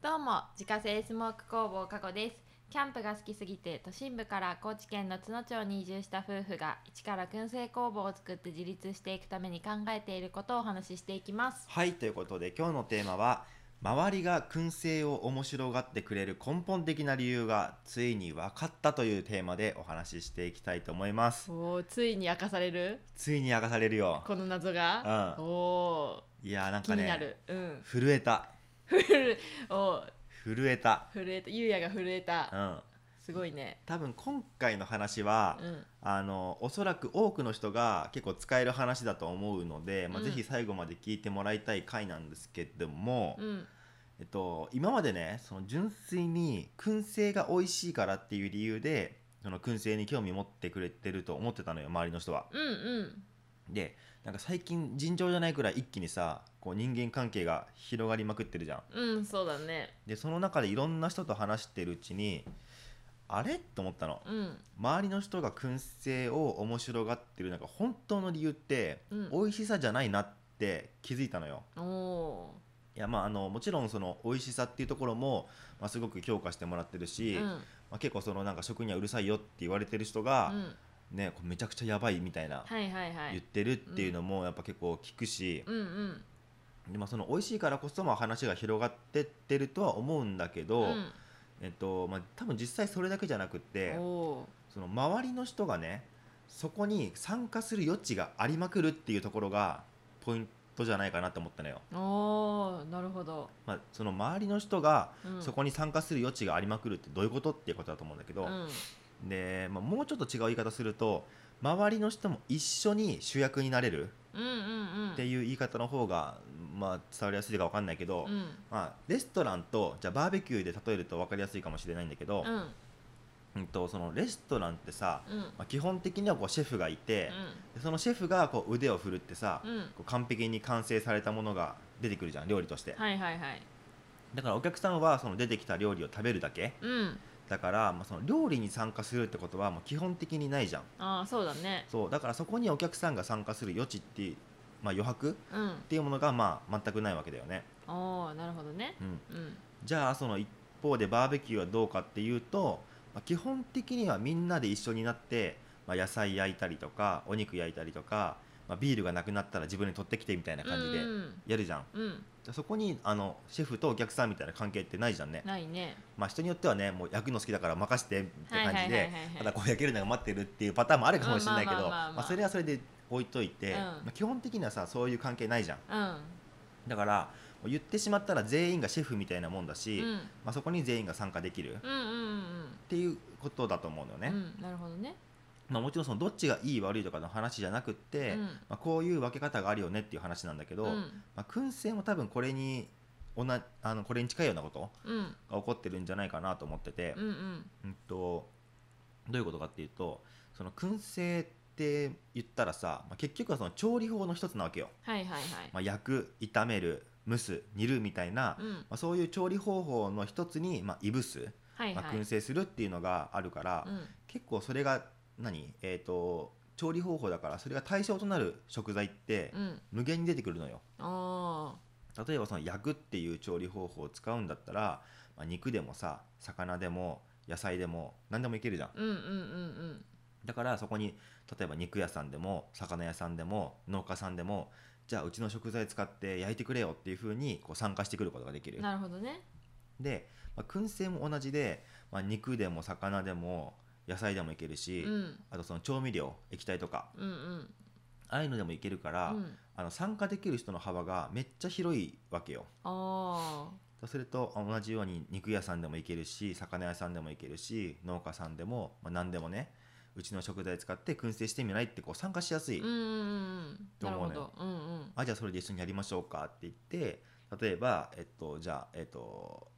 どうも自家製スモーク工房加古ですキャンプが好きすぎて都心部から高知県の津野町に移住した夫婦が一から燻製工房を作って自立していくために考えていることをお話ししていきますはいということで今日のテーマは周りが燻製を面白がってくれる根本的な理由がついに分かったというテーマでお話ししていきたいと思いますおついに明かされるついに明かされるよこの謎が、うんおいやーなんー気かになねる、うん震えたふる おー震えた震えたゆうやが震えた、うんすごいね多分今回の話は、うんあのおそらく多くの人が結構使える話だと思うので、まあ、うんぜひ最後まで聞いてもらいたい回なんですけども、うんえっと、今までねその純粋に燻製が美味しいからっていう理由でその燻製に興味持ってくれてると思ってたのよ周りの人は。うんうんでなんか最近尋常じゃないくらい一気にさこう人間関係が広がりまくってるじゃん。うんそうだねでその中でいろんな人と話してるうちにあれと思ったのうん周りの人が燻製を面白がってるなんか本当の理由って、うん美味しさじゃないなって気づいたのよ。おおいやまあ、あのもちろんその美味しさっていうところも、まあ、すごく評価してもらってるし、ーうんまあ、結構そのなんか食にはうるさいよって言われてる人がう、んね、こうめちゃくちゃやばいみたいなはいはいは言っいてるっていうのもやっぱ結構聞くし、うんうんでまあ、その美味しいからこそまあ話が広がってってるとは思うんだけど、うんえっとまあ、多分実際それだけじゃなくておおその周りの人がねそこに参加する余地がありまくるっていうところがポイントじゃないかなと思ったのよ。ーおーなるほど、まあ、その周りの人がうん、そこに参加する余地がありまくるってどういうことっていうことだと思うんだけど、うんで、まあ、もうちょっと違う言い方すると周りの人も一緒に主役になれるうんうんうんっていう言い方の方が、まあ、伝わりやすいか分かんないけど、うんまあ、レストランとじゃあバーベキューで例えると分かりやすいかもしれないんだけどう、んうんと、そのレストランってさ、うんまあ、基本的にはこうシェフがいて、でそのシェフがこう腕を振るってさ、うんうんこう完璧に完成されたものが出てくるじゃん料理として、はいはいはいだからお客さんはその出てきた料理を食べるだけうんだから、まあ、その料理に参加するってことはもう基本的にないじゃんああそうだねそうだからそこにお客さんが参加する余地っていう、まあ、余白っうんていうものがまあ全くないわけだよね、おおなるほどねうん、うんじゃあその一方でバーベキューはどうかっていうと、まあ、基本的にはみんなで一緒になって、まあ、野菜焼いたりとかお肉焼いたりとか、まあ、ビールがなくなったら自分で取ってきてみたいな感じでうんやるじゃん、うんじゃあそこにあのシェフとお客さんみたいな関係ってないじゃんね、ないねまあ、人によってはねもう焼くの好きだから任せてみたいな感じはいはでいはいはいはいただこう焼けるのが待ってるっていうパターンもあるかもしれないけうんまどあまあまあまあまあそれはそれで置いといて、うんまあ基本的にはさそういう関係ないじゃんうんだからもう言ってしまったら全員がシェフみたいなもんだし、うんまあ、そこに全員が参加できるっうんうんうんていうことだと思うのようね、んなるほどねまあ、もちろんそのどっちがいい悪いとかの話じゃなくって、うんまあ、こういう分け方があるよねっていう話なんだけど、うんまあ、燻製も多分これにおなあのこれに近いようなことうんが起こってるんじゃないかなと思っててう、んうんとどういうことかっていうとその燻製って言ったらさ、まあ、結局はその調理法の一つなわけよ、はいはいはいまあ、焼く炒める蒸す煮るみたいな、うまんあ、そういう調理方法の一つに、まあ、いぶす、はいまあ、はい燻製するっていうのがあるから、うん結構それが何えっ、と調理方法だからそれが対象となる食材ってうん無限に出てくるのよあ例えばその焼くっていう調理方法を使うんだったら、まあ、肉でもさ魚でも野菜でも何でもいけるじゃんーうんうんうんうんだからそこに例えば肉屋さんでも魚屋さんでも農家さんでもじゃあうちの食材使って焼いてくれよっていう風にこう参加してくることができるなるほどねで、まあ、燻製も同じで、まあ、肉でも魚でも野菜でもいけるうし、んあとその調味料液体とかうんうんああいうのでもいけるから、うんあの参加できる人の幅がめっちゃ広いわけよあそうするとあ同じように肉屋さんでもいけるし魚屋さんでもいけるし農家さんでも、まあ、何でもねうちの食材使って燻製してみないってこう参加しやすい、ーうんうんうんなるほどうんうんあじゃあそれで一緒にやりましょうかって言って例えばえっとじゃあえっと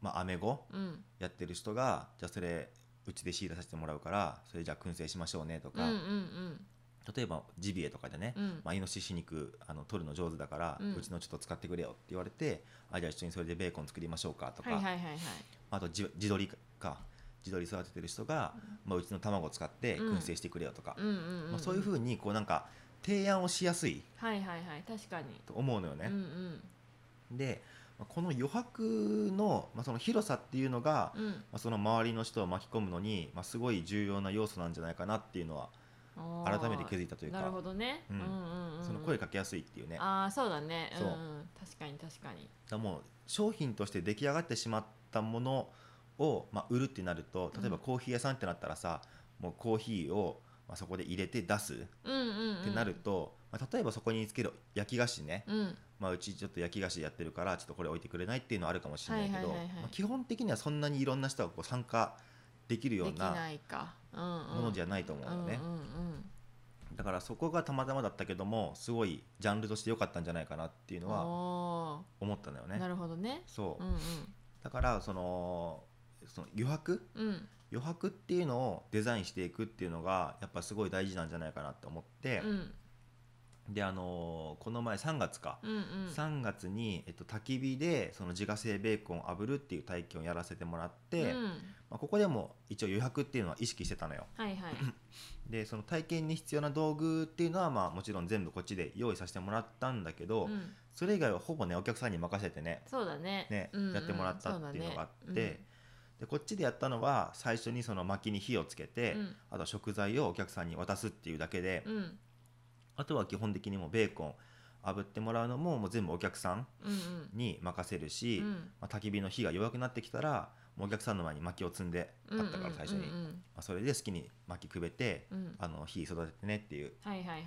まあアメゴうんやってる人がじゃあそれうちで仕入れさせてもらうからそれじゃあ燻製しましょうねとうんうか、ん例えばジビエとかでね、うんうんまあ、イノシシ肉あの取るの上手だから、ううんちのちょっと使ってくれよって言われてあじゃあ一緒にそれでベーコン作りましょうかとか、はいはいはいはいあと地地鶏か地鶏育ててる人が、まあ、うちの卵を使ってうん燻製してくれよとか、うんうんうんまあ、そういうふうにこうなんか提案をしやすいはいはいはい確かにと思うのよね。うんうんで、まあこの余白の,、まあその広さっていうのが、うんまあ、その周りの人を巻き込むのに、まあ、すごい重要な要素なんじゃないかなっていうのはおー改めて気づいたというかなるほどね、うんんうんうんその声かけやすいっていうねだかああそうだね、そうん確かに確かにらもう商品として出来上がってしまったものを、まあ、売るってなると例えばうんコーヒー屋さんってなったらさ、もうコーヒーを、まあ、そこで入れて出すっうんうん、うん、てなると、まあ、例えばそこにつける焼き菓子ね、うんまあ、うちちょっと焼き菓子やってるからちょっとこれ置いてくれないっていうのはあるかもしれないけど、はいはいはいはいまあ基本的にはそんなにいろんな人がこう参加できるよでうきなないか、うんうん、ものじゃないと思うんだよね、うんうんうんだからそこがたまたまだったけどもすごいジャンルとして良かったんじゃないかなっていうのはお思ったんだよーなね。るほどねそう、うんだからそのその余白うんうん余白っていうのをデザインしていくっていうのがやっぱすごい大事なんじゃないかなって思ってう、んであのこの前3月か、うんうん3月に、えっと、焚き火でその自家製ベーコンを炙るっていう体験をやらせてもらって、うん、まあ、ここでも一応余白っていうのは意識してたのよはいはいでその体験に必要な道具っていうのは、まあ、もちろん全部こっちで用意させてもらったんだけど、うんそれ以外はほぼねお客さんに任せてねそうだねねうんうんやってもらったっていうのがあってそうだねでこっちでやったのは最初にその薪に火をつけて、うんあとは食材をお客さんに渡すっていうだけで、うんうんあとは基本的にもうベーコン炙ってもらうのももう全部お客さんうんうんに任せるし、うんまあ、焚き火の火が弱くなってきたらもうお客さんの前に薪を積んであったから最初に、うまんあ、それで好きに薪くべて、うんうんうんあの火育ててねっていうはいはいはい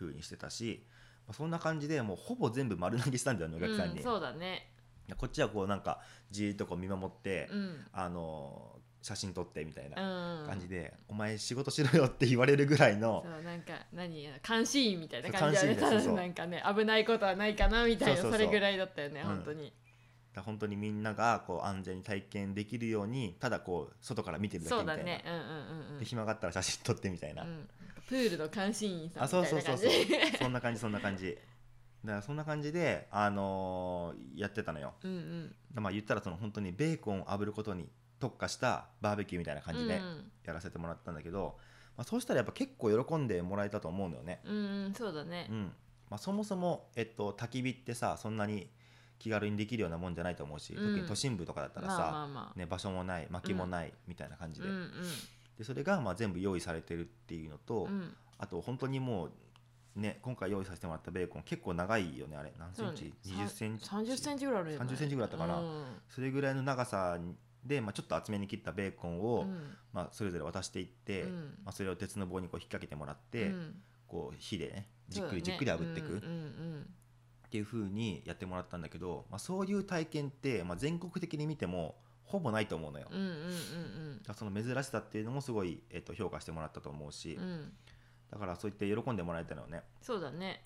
風にしてたし、まあ、そんな感じでもうほぼ全部丸投げしたんだよねお客さんに、うん、そうだねでこっちはこうなんかじーっとこう見守って、うんあの写真撮ってみたいな感感じで、お前仕事しろよって言われるぐらいのそうなんか何監視員みたいな感じだねそう監視員ですただなんかね危ないことはないかなみたいなそそうそうそうれぐらいだったよね、うん本当に本当にみんながこう安全に体験できるようにただこう外から見てるだけそうみただいな、ねうんうんうんうんで暇があったら写真撮ってみたいな、うんプールの監視員さんあみそうたいそうな感そうそうじそんな感じそんな感じだからそんな感じで、あのーやってたのようんうんまあ言ったらその本当にベーコンを炙ることに特化したバーベキューみたいな感じでやらせてもらったんだけど、まあ、そうしたらやっぱ結構喜んでもらえたと思うんだよねうんうん、うん、そうだねうん、まあ、そもそも、えっと、焚き火ってさそんなに気軽にできるようなもんじゃないと思うし、うん特に都心部とかだったらさ、まあまあまあ、ね、場所もない薪もないみたいな感じうで,、んでそれがまあ全部用意されてるっていうのと、うんうんあと本当にもうね今回用意させてもらったベーコン結構長いよねあれ何センチ、20センチ三十センチぐらいあるよね30センチぐらいあったかなうんそれぐらいの長さで、まあ、ちょっと厚めに切ったベーコンを、うんまあ、それぞれ渡していって、うんまあ、それを鉄の棒にこう引っ掛けてもらって、うんこう火でねじっそうだくねりじっくり炙っていくうんうっんていう風にやってもらったんだけど、まあ、そういう体験って、まあ、全国的に見てもほぼないと思うのよ。うんうんうんうんだからその珍しさっていうのもすごい、えっと評価してもらったと思うし、うんうんだからそういって喜んでもらえたのよね。そうだね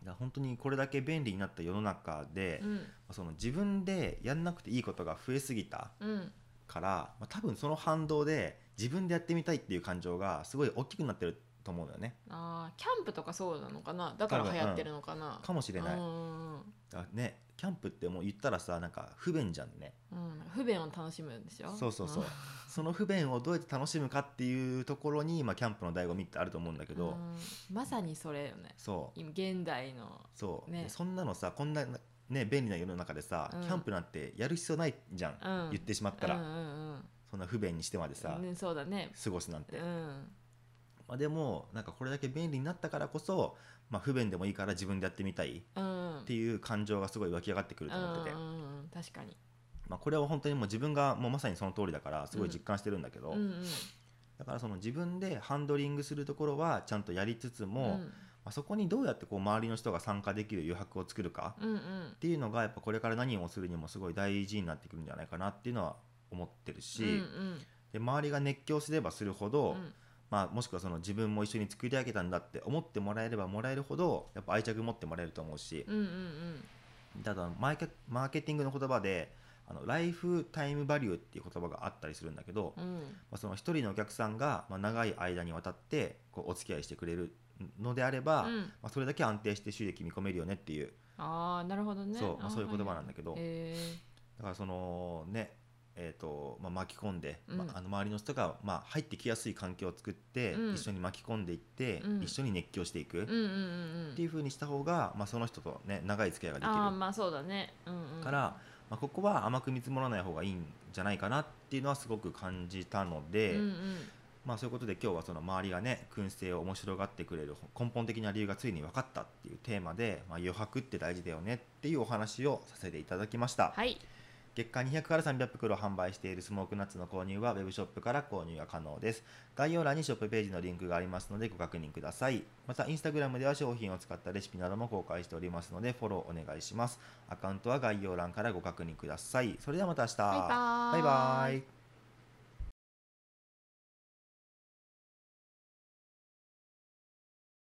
だから本当にこれだけ便利になった世の中で、うんその自分でやんなくていいことが増えすぎたうんから、まあ、多分その反動で自分でやってみたいっていう感情がすごい大きくなってると思うのよねあーキャンプとかそうなのかなだから流行ってるのかなかもしれない、うだかんうんらねキャンプってもう言ったらさなんか不便じゃんねうんうん不便を楽しむんでしょそうそうそう、その不便をどうやって楽しむかっていうところに、まあ、キャンプの醍醐味ってあると思うんだけけど、まさにそれよねそう今現代のそう、ねでそんなのさこんなね便利な世の中でさ、うんキャンプなんてやる必要ないじゃん、うん言ってしまったら、うんうんそんな不便にしてまでさ、うんねそうだね過ごすなんて、うんまあ、でもなんかこれだけ便利になったからこそ、まあ、不便でもいいから自分でやってみたいうんっていう感情がすごい湧き上がってくると思ってて、うんうんうん、確かにまあ、これは本当にもう自分がもうまさにその通りだからすごい実感してるんだけど、うんうんだからその自分でハンドリングするところはちゃんとやりつつも、まあ、そこにどうやってこう周りの人が参加できる余白を作るかうんうんうんっていうのがやっぱこれから何をするにもすごい大事になってくるんじゃないかなっていうのは思ってるし、うんうんで周りが熱狂すればするほど、うんまあ、もしくはその自分も一緒に作り上げたんだって思ってもらえればもらえるほどやっぱ愛着持ってもらえると思うし、うんうんただマーケマーケティングの言葉であのライフタイムバリューっていう言葉があったりするんだけど、うまんあ、その一人のお客さんが、まあ、長い間にわたってこうお付き合いしてくれるのであれば、うんまあ、それだけ安定して収益見込めるよねっていう、ああなるほどねそうまあ、そういう言葉ななんだけど、へえだからそのねえーとまあ、巻き込んで、うんまあ、あの周りの人が、まあ、入ってきやすい環境を作って、うん一緒に巻き込んでいって、うん一緒に熱狂していく、うんうんうんうんっていう風にした方が、まあ、その人と、ね、長い付き合いができああるまあそうだね、うんうん、から、まあ、ここは甘く見積もらない方がいいんじゃないかなっていうのはすごく感じたうのんで、うん、まあ、そういうことで今日はその周りがね燻製を面白がってくれる根本的な理由がついに分かったっていうテーマで、まあ、余白って大事だよねっていうお話をさせていただきました。はい月間200から300袋販売しているスモークナッツの購入はウェブショップから購入が可能です。概要欄にショップページのリンクがありますのでご確認ください。また、インスタグラムでは商品を使ったレシピなども公開しておりますのでフォローお願いします。アカウントは概要欄からご確認ください。それではまた明日。バイバーイバイバイ